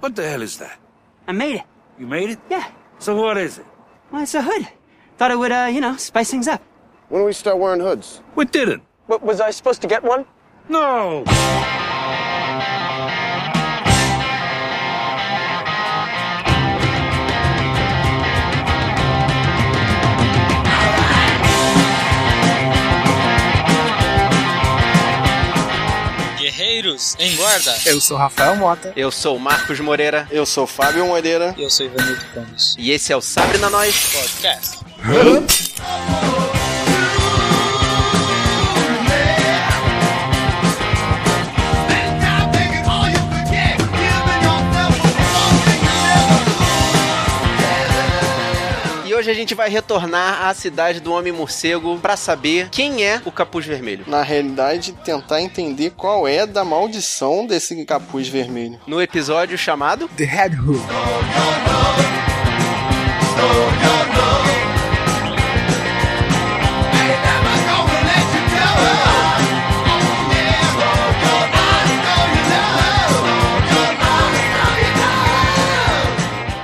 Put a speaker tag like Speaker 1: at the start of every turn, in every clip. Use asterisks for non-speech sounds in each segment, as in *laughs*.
Speaker 1: What the hell is that?
Speaker 2: I made it.
Speaker 1: You made it?
Speaker 2: Yeah.
Speaker 1: So what is it?
Speaker 2: Well, it's a hood. Thought it would, uh, you know, spice things up.
Speaker 3: When do we start wearing hoods?
Speaker 1: We didn't.
Speaker 4: But was I supposed to get one?
Speaker 1: No!
Speaker 5: Guerreiros em guarda.
Speaker 6: Eu sou Rafael Mota.
Speaker 7: Eu sou o Marcos Moreira.
Speaker 3: Eu sou Fábio Moreira.
Speaker 5: Eu sou Ivanildo Campos.
Speaker 7: E esse é o Sabre na Nós
Speaker 5: Podcast.
Speaker 7: E hoje a gente vai retornar à cidade do Homem Morcego pra saber quem é o Capuz Vermelho.
Speaker 3: Na realidade, tentar entender qual é da maldição desse capuz vermelho.
Speaker 7: No episódio chamado
Speaker 6: The Head Who.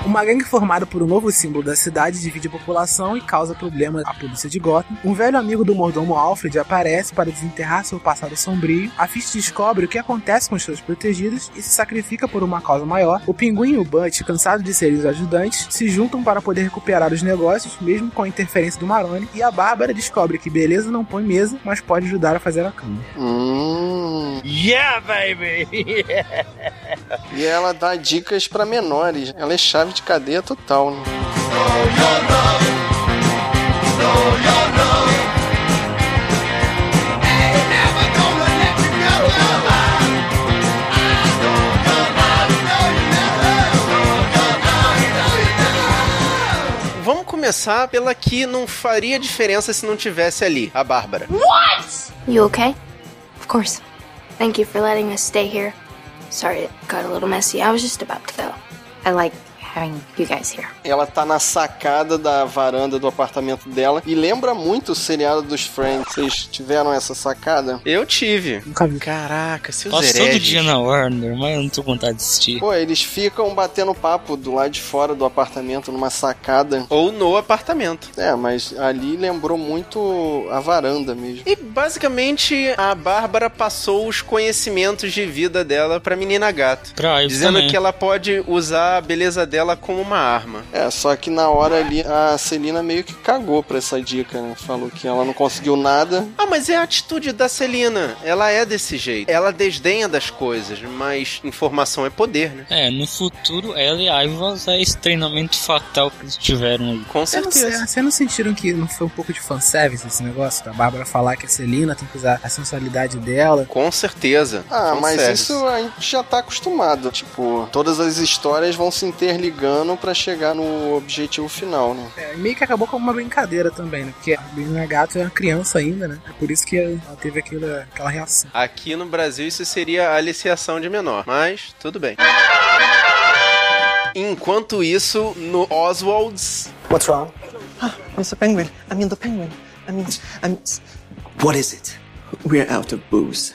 Speaker 6: Uma gangue formada por um novo símbolo da cidade divide a população e causa problemas à polícia de Gotham. Um velho amigo do mordomo Alfred aparece para desenterrar seu passado sombrio. A Fist descobre o que acontece com seus protegidos e se sacrifica por uma causa maior. O Pinguim e o Butch, cansados de serem os ajudantes, se juntam para poder recuperar os negócios, mesmo com a interferência do Maroni. E a Bárbara descobre que beleza não põe mesa, mas pode ajudar a fazer a cama.
Speaker 3: Hum.
Speaker 4: Yeah, baby! *laughs*
Speaker 3: E ela dá dicas pra menores. Ela é chave de cadeia total. Né?
Speaker 7: Vamos começar pela que não faria diferença se não tivesse ali, a Bárbara.
Speaker 8: You okay? Of course. Thank you for letting us stay here. Sorry it got a little messy. I was just about to go. I like having you guys here.
Speaker 3: Ela tá na sacada da varanda do apartamento dela e lembra muito o seriado dos Friends. Vocês tiveram essa sacada?
Speaker 7: Eu tive.
Speaker 6: Nunca vi.
Speaker 7: Caraca, seus
Speaker 5: Passo todo
Speaker 7: hereges.
Speaker 5: dia na Warner, mas eu não tô com vontade de assistir.
Speaker 3: Pô, eles ficam batendo papo do lado de fora do apartamento numa sacada.
Speaker 7: Ou no apartamento.
Speaker 3: É, mas ali lembrou muito a varanda mesmo.
Speaker 7: E basicamente a Bárbara passou os conhecimentos de vida dela pra menina gato.
Speaker 5: Pra eu
Speaker 7: Dizendo
Speaker 5: também.
Speaker 7: que ela pode usar a beleza dela como uma arma.
Speaker 3: É, só que na hora ali a Celina meio que cagou pra essa dica, né? Falou que ela não conseguiu nada.
Speaker 7: Ah, mas é a atitude da Celina. Ela é desse jeito. Ela desdenha das coisas, mas informação é poder, né?
Speaker 5: É, no futuro ela e a Iva vão usar esse treinamento fatal que eles tiveram aí.
Speaker 7: Com
Speaker 6: Vocês não,
Speaker 7: certeza.
Speaker 6: vocês não sentiram que não foi um pouco de fanservice esse negócio? Da Bárbara falar que a Celina tem que usar a sensualidade dela.
Speaker 7: Com certeza.
Speaker 3: Ah,
Speaker 7: Com
Speaker 3: mas
Speaker 7: certeza.
Speaker 3: isso a gente já tá acostumado. Tipo, todas as histórias vão se interligando pra chegar no objetivo final, né?
Speaker 6: É, meio que acabou como uma brincadeira também, né? Porque a menina gato é uma criança ainda, né? É por isso que ela teve aquela, aquela reação.
Speaker 7: Aqui no Brasil isso seria aliciação de menor, mas tudo bem. Enquanto isso, no Oswald's.
Speaker 4: What's wrong?
Speaker 9: Mr. Penguin, I mean the penguin. I mean, I'm.
Speaker 10: What is it?
Speaker 9: We're out of booze.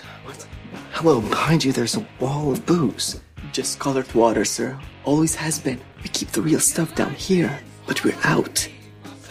Speaker 10: Hello, behind you there's a wall of booze. Just colored water, sir. Always has been. We keep the real stuff down here, but we're out.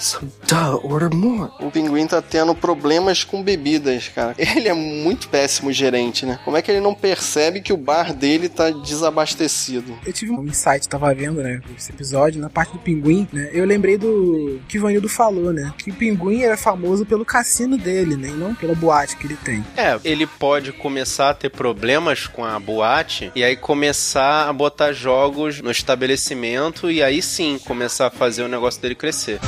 Speaker 10: So, duh, order more.
Speaker 3: O pinguim tá tendo problemas com bebidas, cara. *laughs* Ele é muito péssimo gerente, né? Como é que ele não percebe que o bar dele tá desabastecido?
Speaker 6: Eu tive um insight, tava vendo, né? Esse episódio, na parte do pinguim, né? Eu lembrei do que o Ivanildo falou, né? Que o pinguim era famoso pelo cassino dele, né? E não pela boate que ele tem.
Speaker 7: É, ele pode começar a ter problemas com a boate e aí começar a botar jogos no estabelecimento e aí sim começar a fazer o negócio dele crescer.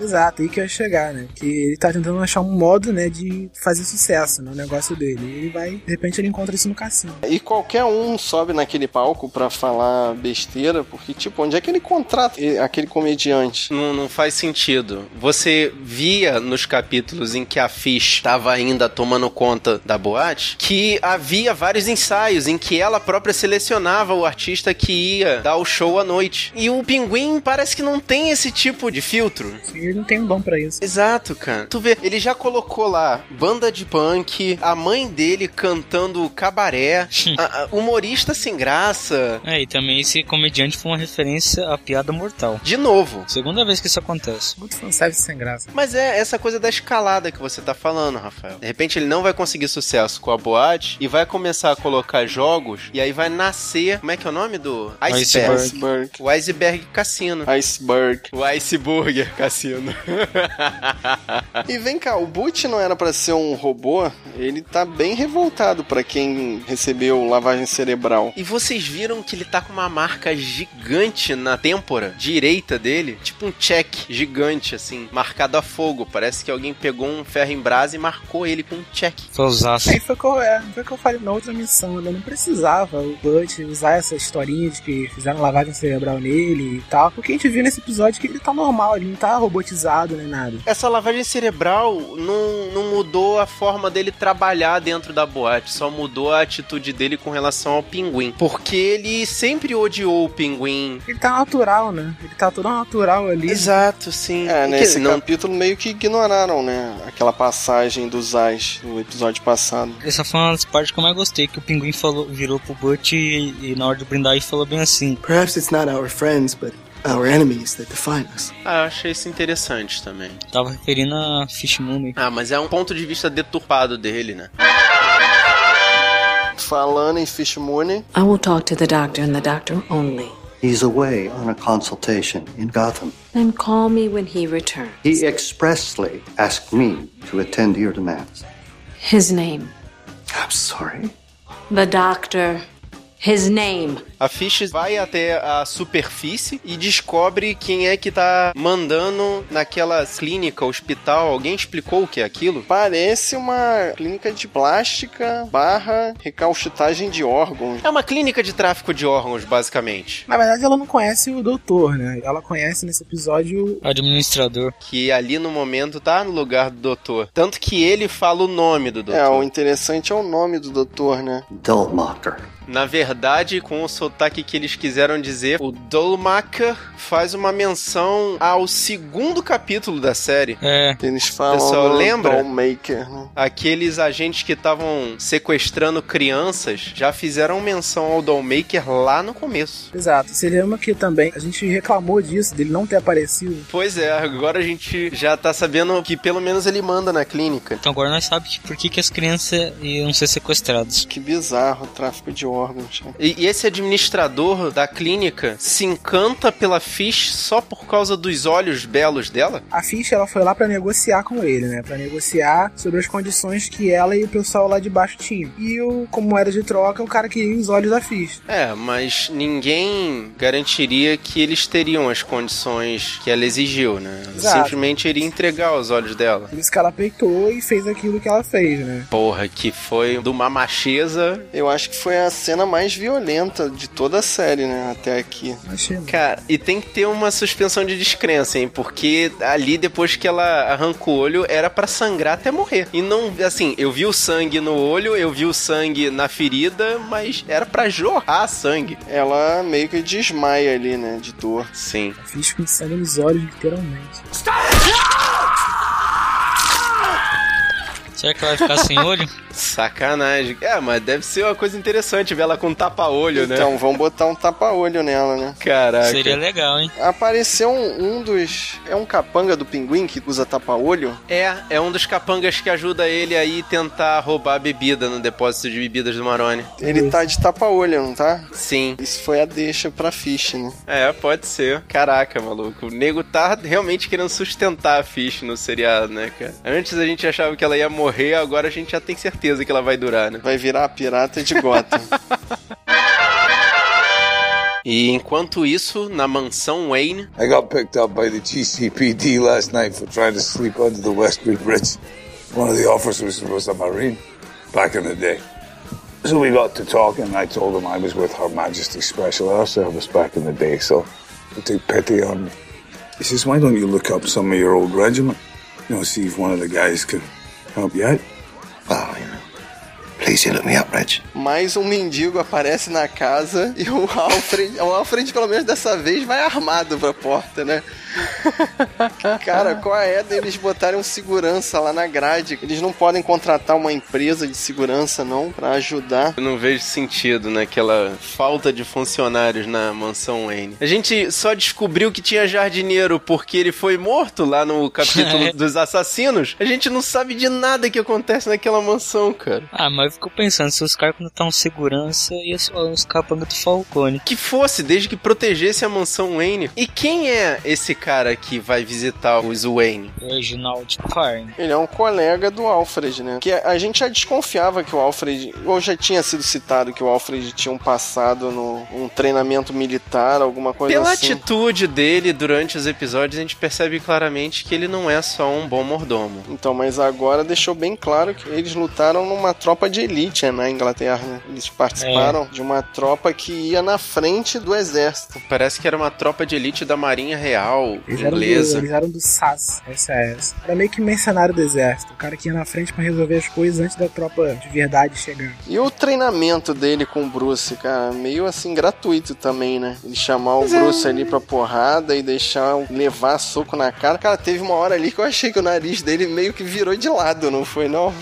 Speaker 6: Exato, aí que eu ia chegar, né? Que ele tá tentando achar um modo, né? De fazer sucesso no negócio dele. E ele vai, de repente, ele encontra isso no cassino.
Speaker 3: E qualquer um sobe naquele palco pra falar besteira, porque, tipo, onde é que ele contrata e- aquele comediante?
Speaker 7: Não, não faz sentido. Você via nos capítulos em que a Fish estava ainda tomando conta da boate que havia vários ensaios em que ela própria selecionava o artista que ia dar o show à noite. E o Pinguim parece que não tem esse tipo de filtro.
Speaker 6: Ele não tem um dom pra isso.
Speaker 7: Exato, cara. Tu vê, ele já colocou lá banda de punk, a mãe dele cantando cabaré, a- a- humorista sem graça.
Speaker 5: É, e também esse comediante foi uma referência à piada mortal.
Speaker 7: De novo.
Speaker 5: Segunda vez que isso acontece.
Speaker 6: Muito fanservice sem graça.
Speaker 7: Mas é essa coisa da escalada que você tá falando, Rafael. De repente ele não vai conseguir sucesso com a boate e vai começar a colocar jogos e aí vai nascer. Como é que é o nome do
Speaker 5: Iceberg.
Speaker 7: Iceberg?
Speaker 3: Iceberg.
Speaker 7: O Iceberg Cassino.
Speaker 3: Iceberg.
Speaker 7: O Iceburger Cassino.
Speaker 3: E vem cá, o Boot não era pra ser um robô? Ele tá bem revoltado pra quem recebeu lavagem cerebral.
Speaker 7: *laughs* E vocês viram que ele tá com uma marca gigante na têmpora direita dele? Tipo um check gigante, assim, marcado a fogo. Parece que alguém pegou um ferro em brasa e marcou ele com um check.
Speaker 5: Foi os aços.
Speaker 6: Aí foi o que eu, é, foi o que eu falei na outra missão, né? Não precisava o Bud usar essa historinha de que fizeram lavagem cerebral nele e tal. Porque a gente viu nesse episódio que ele tá normal, ele não tá robotizado nem nada.
Speaker 7: Essa lavagem cerebral não, não mudou a forma dele trabalhar dentro da boate, só mudou a atitude dele com relação ao pinguim. Porque ele sempre odiou o pinguim.
Speaker 6: Ele tá natural, né? Ele tá todo natural ali.
Speaker 7: Exato, sim.
Speaker 3: É,
Speaker 7: E
Speaker 3: né?
Speaker 7: que-
Speaker 3: Esse
Speaker 7: não-
Speaker 3: capítulo meio que ignoraram, né? Aquela passagem dos Ais no episódio passado.
Speaker 5: Essa foi uma das partes que eu mais gostei, que o pinguim falou, virou pro Butch e, e na hora de brindar ele falou bem assim.
Speaker 10: Perhaps it's not our friends, but our enemies that define us.
Speaker 7: Ah, eu achei isso interessante também.
Speaker 5: Tava referindo a né? Fish Mooney.
Speaker 7: Ah, mas é um ponto de vista deturpado dele, né?
Speaker 3: Falando em Fish Mooney,
Speaker 11: I will talk to the doctor and the doctor only.
Speaker 9: He's away on a consultation in Gotham.
Speaker 11: Then call me when he returns.
Speaker 9: He expressly asked me to attend to your demands.
Speaker 11: His name.
Speaker 9: I'm sorry.
Speaker 11: The doctor. His name.
Speaker 7: A Fish vai até a superfície e descobre quem é que tá mandando naquela clínica, hospital. Alguém explicou o que é aquilo?
Speaker 3: parece uma clínica de plástica barra recalchutagem de órgãos.
Speaker 7: É uma clínica de tráfico de órgãos, basicamente.
Speaker 6: Na verdade, ela não conhece o doutor, né? Ela conhece nesse episódio.
Speaker 5: Administrador.
Speaker 7: Que ali no momento tá no lugar do doutor. Tanto que ele fala o nome do doutor.
Speaker 3: É, o interessante é o nome do doutor, né?
Speaker 9: Dullmocker.
Speaker 7: Na verdade, com o sotaque que eles quiseram dizer, o Dolmacher faz uma menção ao segundo capítulo da série.
Speaker 5: É,
Speaker 3: Eles falam
Speaker 7: Pessoal,
Speaker 3: do
Speaker 7: lembra?
Speaker 3: Dollmaker, né?
Speaker 7: Aqueles agentes que estavam sequestrando crianças já fizeram menção ao Dollmaker lá no começo.
Speaker 6: Exato. Você lembra que também a gente reclamou disso, dele não ter aparecido?
Speaker 7: Pois é, agora a gente já tá sabendo que pelo menos ele manda na clínica.
Speaker 5: então agora nós sabemos por que, que as crianças iam ser sequestradas.
Speaker 3: Que bizarro o tráfico de órgãos. né?
Speaker 7: E e esse administrador da clínica se encanta pela Fish só por causa dos olhos belos dela?
Speaker 6: A Fish, ela foi lá pra negociar com ele, né? Pra negociar sobre as condições que ela e o pessoal lá de baixo tinham. E o, como moeda de troca, o cara queria os olhos da Fish.
Speaker 7: É, mas ninguém garantiria que eles teriam as condições que ela exigiu, né?
Speaker 6: Exato.
Speaker 7: Simplesmente iria entregar os olhos dela.
Speaker 6: Por isso que ela peitou e fez aquilo que ela fez, né?
Speaker 7: Porra, que foi de uma macheza
Speaker 3: Eu acho que foi a cena mais violenta de toda a série, né? Até aqui.
Speaker 6: Achei.
Speaker 7: Cara, e tem que ter uma suspensão de descrença, hein? Porque ali, depois que ela arranca o olho, era pra sangrar até morrer. E não, assim, eu vi o sangue no olho, eu vi o sangue na ferida, mas era pra jorrar sangue.
Speaker 3: Ela meio que desmaia ali, né? De dor.
Speaker 7: Sim.
Speaker 6: A Fish com sangue nos olhos, literalmente.
Speaker 5: Será que ela vai ficar sem olho?
Speaker 7: Sacanagem. É, mas deve ser uma coisa interessante ver ela com tapa-olho, né?
Speaker 3: Então, vão botar um tapa-olho nela, né?
Speaker 7: Caraca.
Speaker 5: Seria legal, hein?
Speaker 3: Apareceu um, um dos. É um capanga do pinguim que usa tapa-olho?
Speaker 7: É, é um dos capangas que ajuda ele aí tentar roubar a bebida no depósito de bebidas do Maroni.
Speaker 3: Ele tá de tapa-olho, não tá?
Speaker 7: Sim.
Speaker 3: Isso foi a deixa pra Fish, né?
Speaker 7: É, pode ser. Caraca, maluco. O nego tá realmente querendo sustentar a Fish no seriado, né, cara? Antes a gente achava que ela ia morrer, agora a gente já tem certeza que ela vai durar, né?
Speaker 3: Vai virar a pirata de Gotham.
Speaker 7: *laughs* E enquanto isso, na mansão Wayne,
Speaker 1: I got picked up by the GCPD last night for trying to sleep under the Westwood Bridge. One of the officers was a Marine back in the day. So we got to talking, and I told him I was with Her Majesty's Special Air Service back in the day, so he took pity on me. He says, Why don't you look up some of your old regiment? You know, see if one of the guys can help you out. Ah, you know,
Speaker 12: Please, you look me up, Reg.
Speaker 3: Mais um mendigo aparece na casa e o *laughs* Alfred, o Alfred pelo menos dessa vez vai armado pra porta, né? Cara, qual é deles botarem um segurança lá na grade? Eles não podem contratar uma empresa de segurança não pra ajudar.
Speaker 7: Eu não vejo sentido naquela falta de funcionários na mansão Wayne. A gente só descobriu que tinha jardineiro porque ele foi morto lá no capítulo dos assassinos. A gente não sabe de nada que acontece naquela mansão, cara.
Speaker 5: Ah, mas eu fico pensando, se os caras quando estão segurança e os, os capangas do Falcone.
Speaker 7: Que fosse, desde que protegesse a mansão Wayne. E quem é esse cara que vai visitar os Wayne?
Speaker 5: Reginald Carne. *laughs*
Speaker 3: Ele é um colega do Alfred, né? Que a gente já desconfiava que o Alfred, ou já tinha sido citado que o Alfred tinha um passado no um treinamento militar, alguma coisa
Speaker 7: Pela
Speaker 3: assim.
Speaker 7: atitude dele durante os episódios, a gente percebe claramente que ele não é só um bom mordomo.
Speaker 3: Então, mas agora deixou bem claro que eles lutaram numa tropa de elite né, na Inglaterra. né? Eles participaram de uma tropa que ia na frente do exército.
Speaker 7: Parece que era uma tropa de elite da Marinha Real
Speaker 6: Eles eram, do,
Speaker 7: inglesa.
Speaker 6: eles eram do SAS, essa é essa. Era meio que mercenário do exército. O cara que ia na frente pra resolver as coisas antes da tropa de verdade chegar.
Speaker 3: E o treinamento dele com o Bruce, cara, meio assim gratuito também, né? Ele chamar o
Speaker 6: Mas é.
Speaker 3: Bruce ali pra porrada e deixar o- levar soco na cara. Cara, teve uma hora ali que eu achei que o nariz dele meio que virou de lado, não foi não?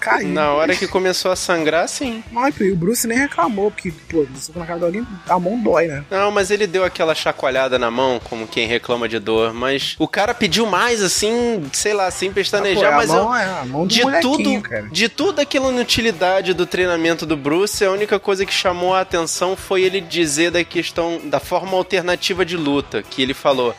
Speaker 6: Caiu.
Speaker 7: Na hora que começou a sangrar, sim.
Speaker 6: Mas pô, e o Bruce nem reclamou, porque, pô, soco na cara de alguém, a mão dói, né?
Speaker 7: Não, mas ele deu aquela chacoalhada na mão, como quem reclama de dor. Mas o cara pediu mais, assim, sei lá, sem pestanejar.
Speaker 6: Ah, pô, é a
Speaker 7: mas
Speaker 6: mão,
Speaker 7: eu-
Speaker 6: é a mão do
Speaker 7: de
Speaker 6: molequinho,
Speaker 7: tudo,
Speaker 6: cara.
Speaker 7: de tudo aquela inutilidade do treinamento do Bruce, a única coisa que chamou a atenção foi ele dizer da questão da forma alternativa de luta que ele falou.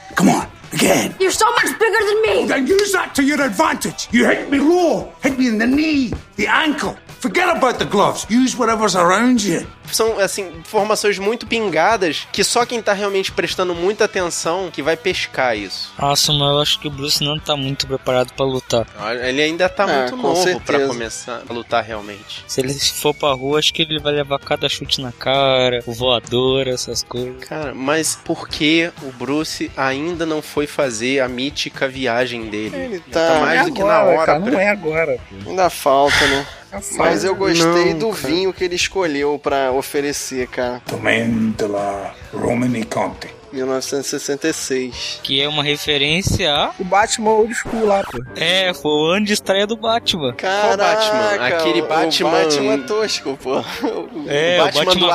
Speaker 13: You're so much bigger than me.
Speaker 14: Then use that to your advantage. You hit me low, hit me in the knee, the ankle. Forget about the gloves. Use whatever's around you.
Speaker 7: São, assim, formações muito pingadas que só quem tá realmente prestando muita atenção que vai pescar isso.
Speaker 5: Nossa, mas eu acho que o Bruce não tá muito preparado pra lutar.
Speaker 7: Olha, Ele ainda tá
Speaker 5: É,
Speaker 7: muito
Speaker 5: com
Speaker 7: novo pra
Speaker 5: certeza.
Speaker 7: começar a lutar realmente.
Speaker 5: Se ele for pra rua, acho que ele vai levar cada chute na cara, voadora, essas coisas.
Speaker 7: Cara, mas por que o Bruce ainda não foi fazer a mítica viagem dele?
Speaker 3: Ele
Speaker 7: Já
Speaker 3: tá-
Speaker 7: mais
Speaker 3: É
Speaker 7: do que na
Speaker 3: agora,
Speaker 7: hora.
Speaker 3: cara,
Speaker 7: pra-
Speaker 6: Não é agora, É pô.
Speaker 3: Ainda falta, né? Mas eu gostei
Speaker 1: Não,
Speaker 3: do
Speaker 1: cara.
Speaker 3: vinho que ele escolheu pra oferecer, cara.
Speaker 1: Domaine de la Romani Conti.
Speaker 3: 1966.
Speaker 5: Que é uma referência a.
Speaker 6: O Batman Old School lá, pô.
Speaker 5: É, foi o ano de estreia do Batman.
Speaker 3: Caraca,
Speaker 5: Batman? Aquele
Speaker 3: o-
Speaker 5: Batman-
Speaker 3: O Batman é tosco, pô. O
Speaker 5: É, o Batman gordo.
Speaker 7: Do
Speaker 5: É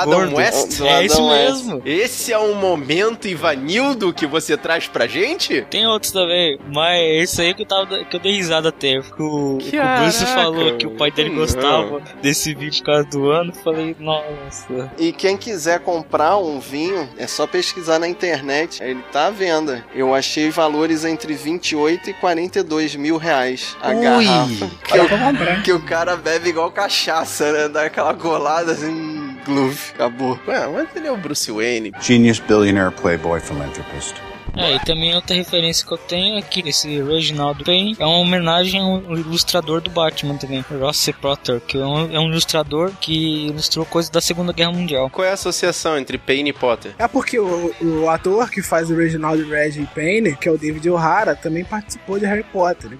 Speaker 7: Adam
Speaker 5: isso
Speaker 7: West.
Speaker 5: mesmo.
Speaker 7: Esse é um momento Ivanildo que você traz pra gente?
Speaker 5: Tem outros também, mas esse aí é que eu, tava, que eu dei risada até. Porque o, que o Bruce
Speaker 7: Caraca,
Speaker 5: falou que o pai dele
Speaker 7: não.
Speaker 5: gostava desse vídeo por causa do ano. eu Falei, nossa.
Speaker 3: *laughs* E quem quiser comprar um vinho, é só pesquisar na internet. Ele tá à venda. Eu achei valores entre 28 e 42 mil reais a
Speaker 7: Ui,
Speaker 3: garrafa. Que,
Speaker 7: dá
Speaker 3: o-
Speaker 7: pra comprar.
Speaker 3: que o cara bebe igual cachaça, né? Dá aquela golada assim, glove, acabou.
Speaker 7: Ué, mas ele é o Bruce Wayne.
Speaker 15: Genius billionaire playboy philanthropist.
Speaker 5: É, e também outra referência que eu tenho é que esse Reginaldo Payne é uma homenagem ao ilustrador do Batman também, Ross C. Proctor, que é um, é um ilustrador que ilustrou coisas da Segunda Guerra Mundial.
Speaker 7: Qual é a associação entre Payne e Potter?
Speaker 6: É porque o, o ator que faz o Reginald Reggie Payne, que é o David O'Hara, também participou de Harry Potter.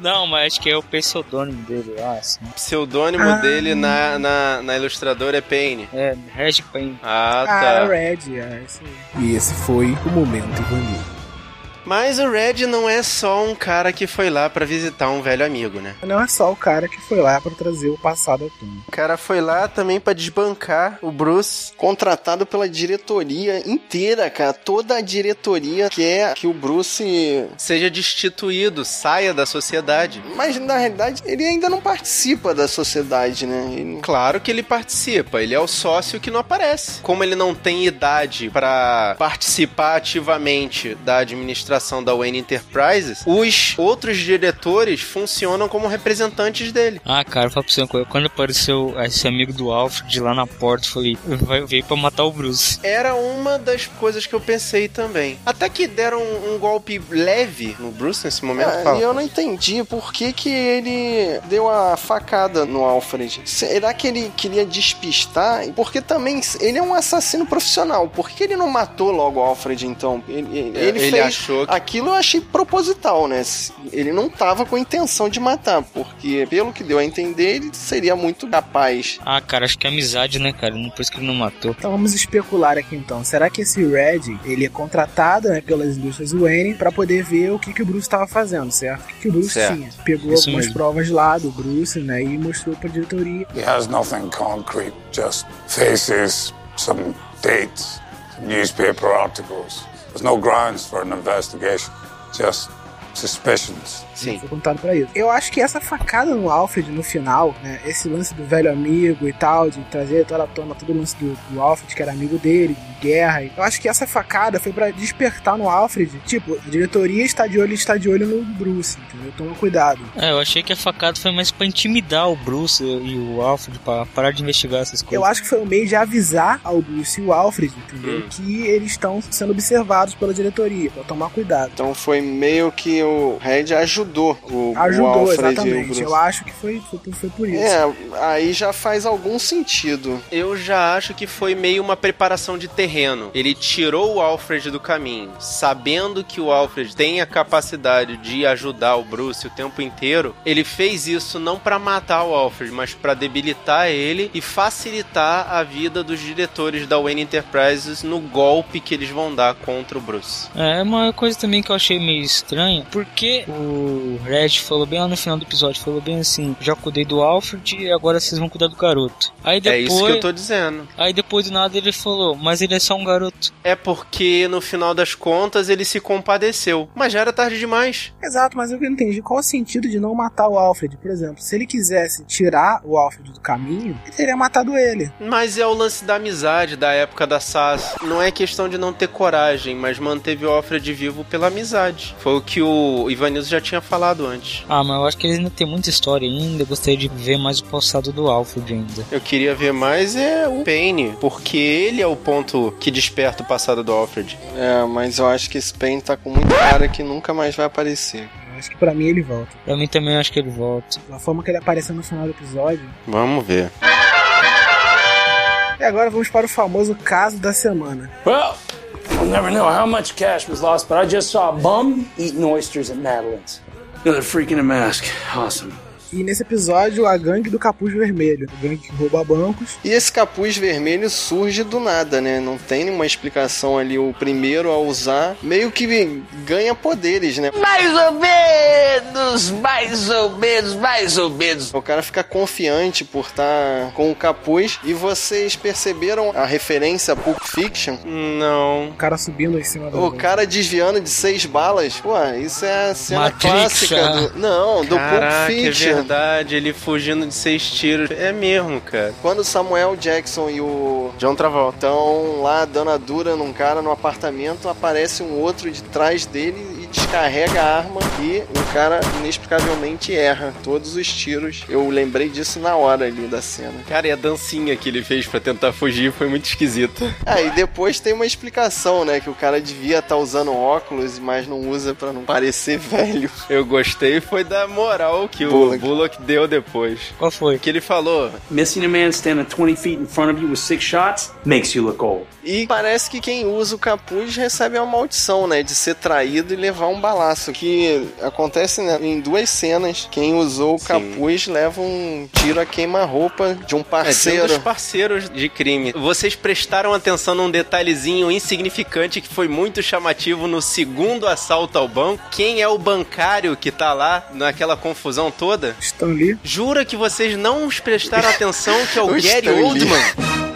Speaker 5: Não, mas acho que é o pseudônimo dele lá, assim.
Speaker 7: Pseudônimo
Speaker 5: Ah.
Speaker 7: dele na, na, na ilustradora é Payne.
Speaker 5: É, Reg Payne.
Speaker 7: Ah,
Speaker 6: Ah,
Speaker 7: tá.
Speaker 6: é o Red, é isso aí. E esse foi o momento Ivanil.
Speaker 7: Mas o Red não é só um cara que foi lá pra visitar um velho amigo, né?
Speaker 6: Não é só o cara que foi lá pra trazer o passado à tona.
Speaker 7: O cara foi lá também pra desbancar o Bruce.
Speaker 3: Contratado pela diretoria inteira, cara. Toda a diretoria quer que o Bruce
Speaker 7: Seja destituído, saia da sociedade.
Speaker 3: Mas na realidade ele ainda não participa da sociedade, né? Ele-
Speaker 7: Claro que ele participa, ele é o sócio que não aparece. Como ele não tem idade pra participar ativamente da administração da Wayne Enterprises, os outros diretores funcionam como representantes dele.
Speaker 5: Ah, cara, fala pra você uma coisa. Quando apareceu esse amigo do Alfred lá na porta, eu falei, vai veio pra matar o Bruce.
Speaker 7: Era uma das coisas que eu pensei também. Até que deram um, um golpe leve no Bruce nesse momento.
Speaker 3: Ah,
Speaker 7: fala.
Speaker 3: e eu não entendi por que, que ele deu a facada no Alfred. Será que ele queria despistar? Porque também ele é um assassino profissional. Por que ele não matou logo o Alfred então? Ele, ele-
Speaker 7: É, ele
Speaker 3: fez
Speaker 7: achou
Speaker 3: Aquilo eu achei proposital, né? Ele não tava com intenção de matar, porque pelo que deu a entender, ele seria muito capaz.
Speaker 5: Ah, cara, acho que é amizade, né, cara? Por isso que ele não matou.
Speaker 6: Então vamos especular aqui então. Será que esse Red, ele é contratado né, pelas indústrias Wayne pra poder ver o que, que o Bruce tava fazendo, certo? O que, que o Bruce
Speaker 1: Certo.
Speaker 6: tinha? Pegou
Speaker 1: Isso
Speaker 6: algumas
Speaker 1: mesmo.
Speaker 6: provas lá do Bruce, né, e mostrou pra diretoria.
Speaker 1: He has nothing concrete, just faces, some dates, some newspaper articles. There's no grounds for an investigation, just suspicions.
Speaker 6: Sim. Foi contado pra ele. Eu acho que essa facada no Alfred no final, né? Esse lance do velho amigo e tal, de trazer toda a tona, todo o lance do, do Alfred, que era amigo dele, de guerra. Eu acho que essa facada foi pra despertar no Alfred. Tipo, a diretoria está de olho, está de olho no Bruce, entendeu? Toma cuidado.
Speaker 5: É, eu achei que a facada foi mais pra intimidar o Bruce e o Alfred pra parar de investigar essas coisas.
Speaker 6: Eu acho que foi um meio de avisar ao Bruce e o Alfred, entendeu?
Speaker 5: Hum.
Speaker 6: Que eles estão sendo observados pela diretoria, pra tomar cuidado.
Speaker 3: Então foi meio que o Red ajudou o, o
Speaker 6: Ajudou,
Speaker 3: Alfred e o
Speaker 6: exatamente.
Speaker 3: Bruce.
Speaker 6: Eu acho que foi, foi, foi por isso.
Speaker 3: É, aí já faz algum sentido.
Speaker 7: Eu já acho que foi meio uma preparação de terreno. Ele tirou o Alfred do caminho, sabendo que o Alfred tem a capacidade de ajudar o Bruce o tempo inteiro. Ele fez isso não pra matar o Alfred, mas pra debilitar ele e facilitar a vida dos diretores da Wayne Enterprises no golpe que eles vão dar contra o Bruce.
Speaker 5: É, uma coisa também que eu achei meio estranha, porque o Red falou bem lá no final do episódio, falou bem assim, já cuidei do Alfred e agora vocês vão cuidar do garoto. Aí depois,
Speaker 7: É isso que eu tô dizendo.
Speaker 5: Aí depois do nada ele falou, mas ele é só um garoto.
Speaker 7: É porque no final das contas ele se compadeceu, mas já era tarde demais.
Speaker 6: Exato, mas eu não entendi qual o sentido de não matar o Alfred, por exemplo. Se ele quisesse tirar o Alfred do caminho, ele teria matado ele.
Speaker 7: Mas é o lance da amizade da época da Sass. Não é questão de não ter coragem, mas manteve o Alfred vivo pela amizade. Foi o que o Ivanildo já tinha falado antes.
Speaker 5: Ah, mas eu acho que ele ainda tem muita história ainda, eu gostaria de ver mais o passado do Alfred ainda.
Speaker 7: Eu queria ver mais é o Payne, porque ele é o ponto que desperta o passado do Alfred.
Speaker 3: É, mas eu acho que esse Pain tá com muito cara que nunca mais vai aparecer.
Speaker 6: Eu Acho que pra mim ele volta.
Speaker 5: Pra mim também eu acho que ele volta.
Speaker 6: Da forma que ele apareceu no final do episódio.
Speaker 7: Vamos ver.
Speaker 6: E agora vamos para o famoso caso da semana.
Speaker 12: Well, I'll never know how much cash was lost, but I just saw a bum eating oysters at Madeline's. Another freak in a mask. Awesome.
Speaker 6: E nesse episódio, a gangue do Capuz Vermelho. A gangue que rouba bancos.
Speaker 3: E esse capuz vermelho surge do nada, né? Não tem nenhuma explicação ali. O primeiro a usar meio que ganha poderes, né?
Speaker 4: Mais ou menos, mais ou menos, mais ou menos.
Speaker 3: O cara fica confiante por estar com o capuz. E vocês perceberam a referência a Pulp Fiction?
Speaker 7: Não.
Speaker 6: O cara subindo em cima da
Speaker 3: O
Speaker 6: banca.
Speaker 3: cara desviando de seis balas? Pô, isso é a cena
Speaker 7: Matrix,
Speaker 3: clássica
Speaker 7: ah.
Speaker 3: do. Não, do
Speaker 7: Caraca,
Speaker 3: Pulp
Speaker 7: é
Speaker 3: Fiction.
Speaker 7: verdade, ele fugindo de seis tiros. É mesmo, cara.
Speaker 3: Quando o Samuel Jackson e o John Travolta estão lá dando a dura num cara no apartamento, aparece um outro de trás dele e descarrega a arma e o cara inexplicavelmente erra todos os tiros. Eu lembrei disso na hora ali da cena.
Speaker 7: Cara, e a dancinha que ele fez pra tentar fugir foi muito esquisita.
Speaker 3: Ah, e depois tem uma explicação, né? Que o cara devia estar usando óculos, mas não usa pra não parecer *laughs* velho.
Speaker 7: Eu gostei foi da moral que
Speaker 3: Bullock.
Speaker 7: o Bullock deu depois.
Speaker 5: Qual foi?
Speaker 7: Que ele falou. é,
Speaker 12: Missing a man standing 20 feet in front of you with six shots makes you look old.
Speaker 3: E parece que quem usa o capuz recebe uma maldição, né? De ser traído e levar um balaço. Que acontece né, em duas cenas. Quem usou o capuz leva um tiro a queima-roupa de um
Speaker 7: Parceiro.
Speaker 3: parceiro.
Speaker 7: É, dos parceiros de crime. Vocês prestaram atenção num detalhezinho insignificante que foi muito chamativo no segundo assalto ao banco. Quem é o bancário que tá lá naquela confusão toda?
Speaker 6: Estão ali.
Speaker 7: Jura que vocês não os prestaram atenção
Speaker 3: *laughs*
Speaker 7: que é o,
Speaker 3: O
Speaker 7: Gary
Speaker 3: Stan Lee.
Speaker 7: Oldman?
Speaker 3: *laughs*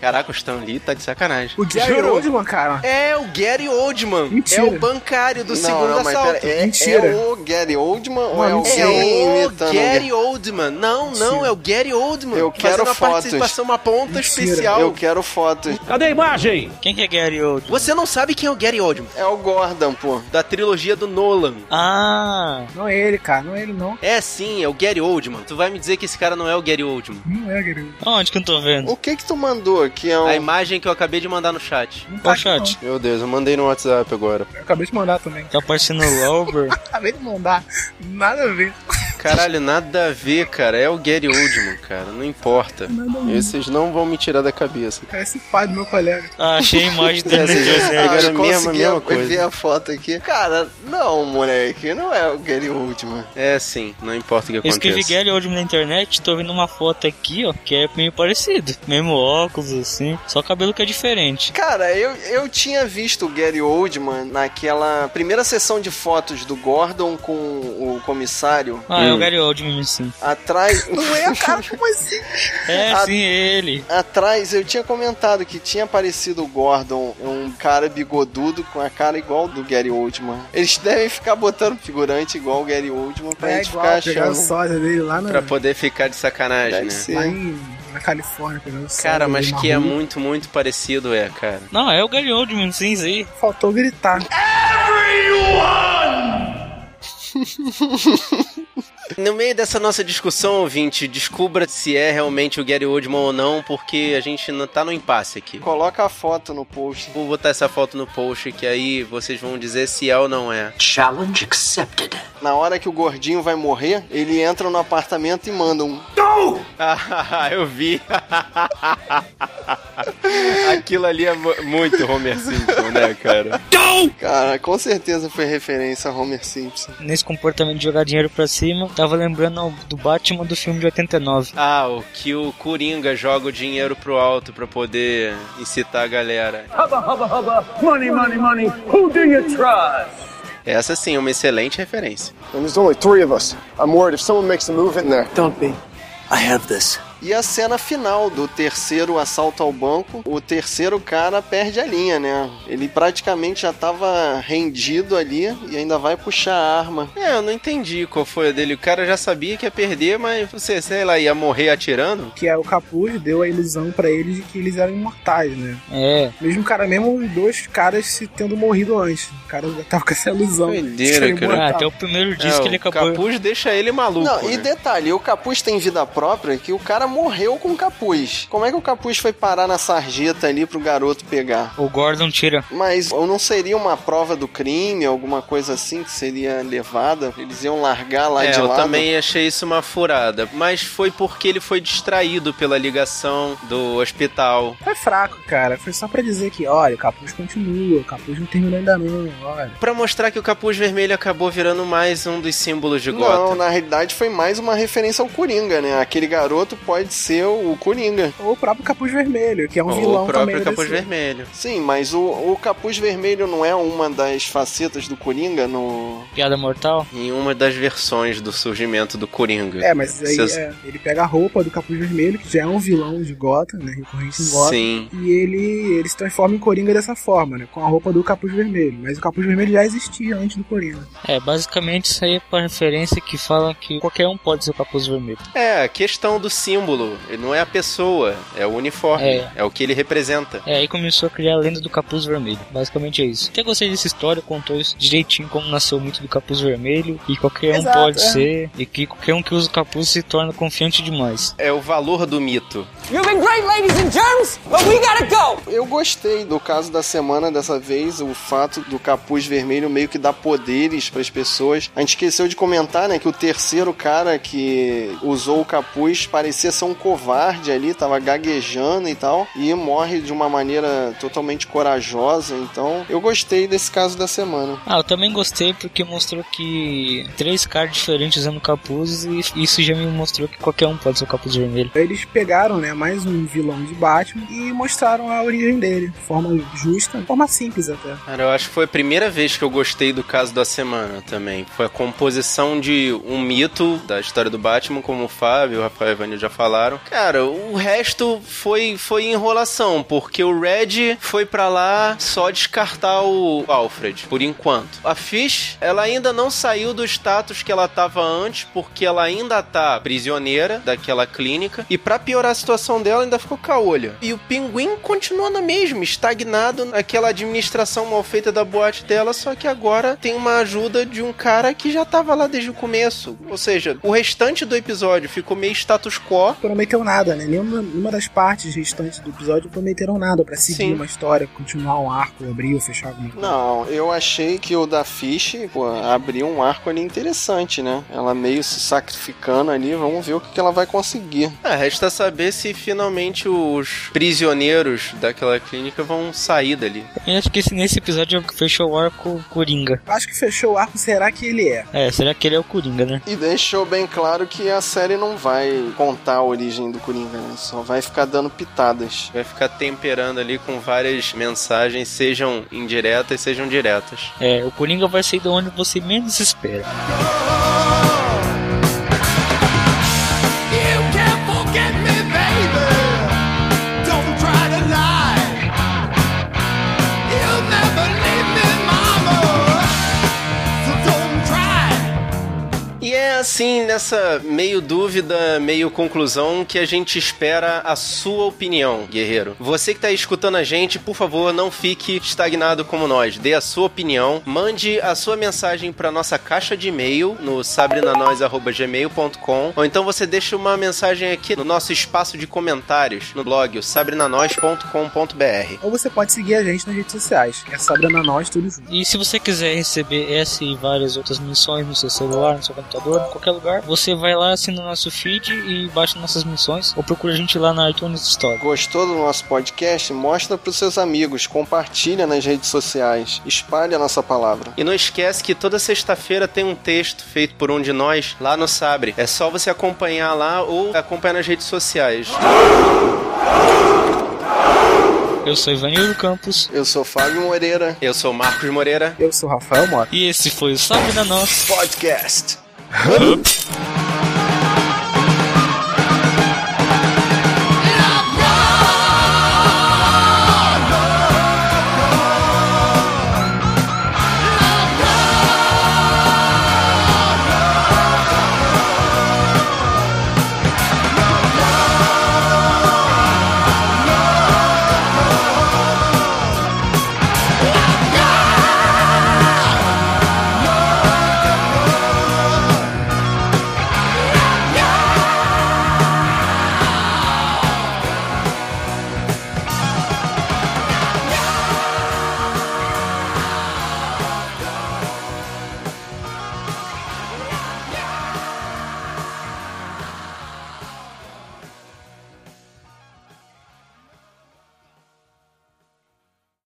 Speaker 7: Caraca, o Stan Lee tá de sacanagem.
Speaker 6: O Gary
Speaker 7: Juro.
Speaker 6: Oldman, cara.
Speaker 7: É o Gary Oldman.
Speaker 6: Mentira.
Speaker 7: É o bancário do
Speaker 3: Não,
Speaker 7: segundo
Speaker 3: não, mas pera,
Speaker 7: assalto.
Speaker 3: é- é Mentira. o Gary Oldman ou é
Speaker 7: é
Speaker 3: alguém
Speaker 7: o
Speaker 3: imitando
Speaker 7: Gary
Speaker 3: alguém?
Speaker 7: Oldman? Não, não, é o Gary Oldman.
Speaker 3: Eu quero
Speaker 7: fazendo
Speaker 3: fotos.
Speaker 7: Uma participação, uma ponta especial.
Speaker 3: Eu quero fotos.
Speaker 7: Cadê a imagem?
Speaker 5: Quem que é Gary Oldman?
Speaker 7: Você não sabe quem é o Gary Oldman?
Speaker 3: É o Gordon, pô.
Speaker 7: Da trilogia do Nolan.
Speaker 5: Ah.
Speaker 6: Não é ele, cara. Não é ele, não.
Speaker 7: É sim, é o Gary Oldman. Tu vai me dizer que esse cara não é o Gary Oldman?
Speaker 6: Não é, Gary.
Speaker 5: Onde que eu tô vendo?
Speaker 3: O que que tu mandou? Que é um...
Speaker 7: A imagem que eu acabei de mandar no chat.
Speaker 5: Qual chat?
Speaker 3: Meu Deus, eu mandei no WhatsApp agora.
Speaker 6: Eu acabei de mandar também.
Speaker 5: Tá aparecendo o Lauber.
Speaker 6: Acabei de mandar. Nada a ver.
Speaker 7: Caralho, nada a ver, cara. É o Gary Oldman, cara. Não importa.
Speaker 6: Nada a ver.
Speaker 7: Esses não vão me tirar da cabeça.
Speaker 6: Parece pai do meu colega.
Speaker 5: Ah, achei a imagem
Speaker 7: dele no Schwarzenegger.
Speaker 3: Ah,
Speaker 7: Era
Speaker 3: eu
Speaker 7: a mesma,
Speaker 3: consegui
Speaker 7: mesma coisa.
Speaker 3: ver a foto aqui. Cara, não, moleque. Não é o Gary Oldman.
Speaker 7: É sim, não importa o que
Speaker 5: Eu escrevi
Speaker 7: aconteça.
Speaker 5: Gary Oldman na internet, tô vendo uma foto aqui, ó, que é meio parecido. Mesmo óculos, assim, só o cabelo que é diferente.
Speaker 3: Cara, eu, eu tinha visto o Gary Oldman naquela primeira sessão de fotos do Gordon com o comissário.
Speaker 5: Ah, é o Gary Oldman, sim.
Speaker 3: Atrás. *laughs* Não é, cara, como assim?
Speaker 5: É, sim, ele.
Speaker 3: Atrás eu tinha comentado que tinha aparecido o Gordon, um cara bigodudo com a cara igual do Gary Oldman. Eles devem ficar botando figurante igual o Gary Oldman pra
Speaker 6: *laughs* É
Speaker 3: gente
Speaker 6: igual,
Speaker 3: ficar
Speaker 6: pegaram
Speaker 3: achando.
Speaker 6: o sósia dele lá na,
Speaker 7: Pra poder ficar de sacanagem, né?
Speaker 6: lá em, na Califórnia. Pegando o sósia
Speaker 7: Cara,
Speaker 6: dele
Speaker 7: mas
Speaker 6: na
Speaker 7: que é
Speaker 6: rua.
Speaker 7: muito, muito parecido, é, cara.
Speaker 5: Não, é o Gary Oldman, sim, sim.
Speaker 6: Faltou gritar.
Speaker 7: No meio dessa nossa discussão, ouvinte, descubra se é realmente o Gary Oldman ou não, porque a gente não tá no impasse aqui.
Speaker 3: Coloca a foto no post.
Speaker 7: Vou botar essa foto no post que aí vocês vão dizer se é ou não é.
Speaker 3: Challenge accepted. Na hora que o gordinho vai morrer, ele entra no apartamento e manda um.
Speaker 7: Não! Ah, *laughs* eu vi. *laughs* Aquilo ali é mu- muito Homer Simpson, né, cara?
Speaker 3: Cara, com certeza foi referência a Homer Simpson.
Speaker 5: Nesse comportamento de jogar dinheiro pra cima, tava lembrando do Batman do filme de 89.
Speaker 7: Ah, o que o Coringa joga o dinheiro pro alto pra poder incitar a galera.
Speaker 12: Hubba, hubba, hubba. Money, money, money. Who do you trust?
Speaker 7: Essa sim é uma excelente referência.
Speaker 16: And there's only three of us. I'm worried if someone makes a move in there. Don't be. I have this.
Speaker 3: Então, E a cena final do terceiro assalto ao banco, o terceiro cara perde a linha, né? Ele praticamente já tava rendido ali e ainda vai puxar a arma.
Speaker 7: É, eu não entendi qual foi a dele. O cara já sabia que ia perder, mas você, sei lá, ia morrer atirando?
Speaker 6: Que é o Capuz deu a ilusão pra eles de que eles eram imortais, né?
Speaker 5: É.
Speaker 6: Mesmo cara, mesmo os dois caras se tendo morrido antes. O cara já tava com essa ilusão.
Speaker 7: Doideira,
Speaker 6: Seria
Speaker 7: cara.
Speaker 6: imortal.
Speaker 5: ah, primeiro
Speaker 6: disco ele acabou-
Speaker 7: É, O capuz deixa ele maluco.
Speaker 3: Não,
Speaker 7: né?
Speaker 3: e detalhe, o capuz tem vida própria que o cara morreu com o capuz. Como é que o capuz foi parar na sarjeta ali pro garoto pegar?
Speaker 5: O Gordon tira.
Speaker 3: Mas ou não seria uma prova do crime, alguma coisa assim que seria levada? Eles iam largar lá
Speaker 7: é,
Speaker 3: de
Speaker 7: eu
Speaker 3: lado?
Speaker 7: também achei isso uma furada. Mas foi porque ele foi distraído pela ligação do hospital.
Speaker 6: Foi fraco, cara. Foi só pra dizer que, olha, o capuz continua, o capuz não terminou ainda não, olha.
Speaker 7: Pra mostrar que o capuz vermelho acabou virando mais um dos símbolos de
Speaker 3: Não, né?
Speaker 7: Gotham.
Speaker 3: na realidade foi mais uma referência ao Coringa, né? Aquele garoto pode ser o Coringa.
Speaker 6: Ou o próprio Capuz Vermelho, que é um
Speaker 7: Ou
Speaker 6: vilão
Speaker 7: o próprio
Speaker 6: também.
Speaker 7: capuz
Speaker 6: desse-
Speaker 7: vermelho.
Speaker 3: Sim, mas o, o Capuz Vermelho não é uma das facetas do Coringa no...
Speaker 5: Piada mortal?
Speaker 7: Em uma das versões do surgimento do Coringa.
Speaker 6: É, mas aí
Speaker 7: Cês-
Speaker 6: é, ele pega a roupa do Capuz Vermelho, que já é um vilão de Gotham, né? Recorrente em Gotham.
Speaker 7: Sim.
Speaker 6: E ele, ele se transforma em Coringa dessa forma, né? Com a roupa do Capuz Vermelho. Mas o Capuz Vermelho já existia antes do Coringa.
Speaker 5: É, basicamente isso aí é uma referência que fala que qualquer um pode ser o capuz vermelho.
Speaker 7: É, a questão do símbolo. Ele Não é a pessoa, é o uniforme.
Speaker 5: É.
Speaker 7: É, o que ele representa.
Speaker 5: É, aí começou a criar a lenda do capuz vermelho. Basicamente é isso. Até gostei dessa história, contou isso direitinho, como nasceu muito do capuz vermelho. E qualquer um
Speaker 7: Exato,
Speaker 5: pode
Speaker 7: é.
Speaker 5: ser. E que qualquer um que usa o capuz se torna confiante demais.
Speaker 7: É o valor do mito.
Speaker 13: You've been great, ladies and germs, but we gotta go!
Speaker 3: Eu gostei do caso da semana dessa vez, o fato do capuz vermelho meio que dar poderes pras pessoas. A gente esqueceu de comentar, né, que o terceiro cara que usou o capuz parecia ser um covarde ali, tava gaguejando e tal, e morre de uma maneira totalmente corajosa. Então, eu gostei desse caso da semana.
Speaker 5: Ah, eu também gostei porque mostrou que três caras diferentes usando capuz e isso já me mostrou que qualquer um pode ser o capuz vermelho.
Speaker 6: Eles pegaram, né, mais um vilão de Batman e mostraram a origem dele. de Forma justa, de forma simples até.
Speaker 7: Cara, eu acho que foi a primeira vez que eu gostei do caso da semana também. Foi a composição de um mito da história do Batman, como o Fábio e o Rafael e o Evandro já falaram. Cara, o resto foi, foi enrolação, porque o Red foi pra lá só descartar o Alfred, por enquanto. A Fish, ela ainda não saiu do status que ela tava antes, porque ela ainda tá prisioneira daquela clínica. E pra piorar a situação, administração dela ainda ficou caolha. E o pinguim continua na mesma, estagnado naquela administração mal feita da boate dela, só que agora tem uma ajuda de um cara que já tava lá desde o começo. Ou seja, o restante do episódio ficou meio status quo.
Speaker 6: Prometeu nada, né? Nenhuma, nenhuma das partes restantes do episódio prometeram nada pra seguir
Speaker 7: Sim.
Speaker 6: uma história, continuar um arco, abrir ou fechar alguma coisa.
Speaker 3: Não, eu achei que o da Fish, pô, abriu um arco ali interessante, né? Ela meio se sacrificando ali, vamos ver o que que ela vai conseguir.
Speaker 7: Ah, resta saber se finalmente os prisioneiros daquela clínica vão sair dali.
Speaker 5: Eu acho que esse- nesse episódio fechou o arco Coringa.
Speaker 6: Acho que fechou o arco, será que ele é?
Speaker 5: É, será que ele é o Coringa, né?
Speaker 3: E deixou bem claro que a série não vai contar a origem do Coringa, né? Só vai ficar dando pitadas.
Speaker 7: Vai ficar temperando ali com várias mensagens, sejam indiretas, sejam diretas.
Speaker 5: É, o Coringa vai sair de onde você menos espera.
Speaker 13: You can't forget me, baby. Don't try to lie. You'll never leave me, mama. So don't try.
Speaker 7: E é assim, nessa meio dúvida, meio conclusão, que a gente espera a sua opinião, guerreiro. Você que tá escutando a gente, por favor, não fique estagnado como nós. Dê a sua opinião, mande a sua mensagem pra nossa caixa de e-mail no sabrinanois.gmail.com ou então você deixa uma mensagem aqui no nosso espaço de comentários no blog, o sabrinanois.com.br.
Speaker 6: Ou você pode seguir a gente nas redes sociais. É Sabrina Nós, tudo junto.
Speaker 5: E se você quiser receber essa e várias outras missões no seu celular, no seu computador, em qualquer lugar, você vai lá, assina o nosso feed e baixa nossas missões ou procura a gente lá na iTunes Store.
Speaker 3: Gostou do nosso podcast? Mostra pros seus amigos, compartilha nas redes sociais, espalhe a nossa palavra.
Speaker 7: E não esquece que toda sexta-feira tem um texto feito por um de nós lá no Sabre. É só você acompanhar lá ou acompanhar nas redes sociais.
Speaker 5: Eu sou Ivanildo Campos.
Speaker 3: Eu sou Fábio Moreira.
Speaker 7: Eu sou Marcos Moreira.
Speaker 6: Eu sou Rafael Mota.
Speaker 5: E esse foi o Sabre da Nossa
Speaker 3: Podcast.
Speaker 13: Hup.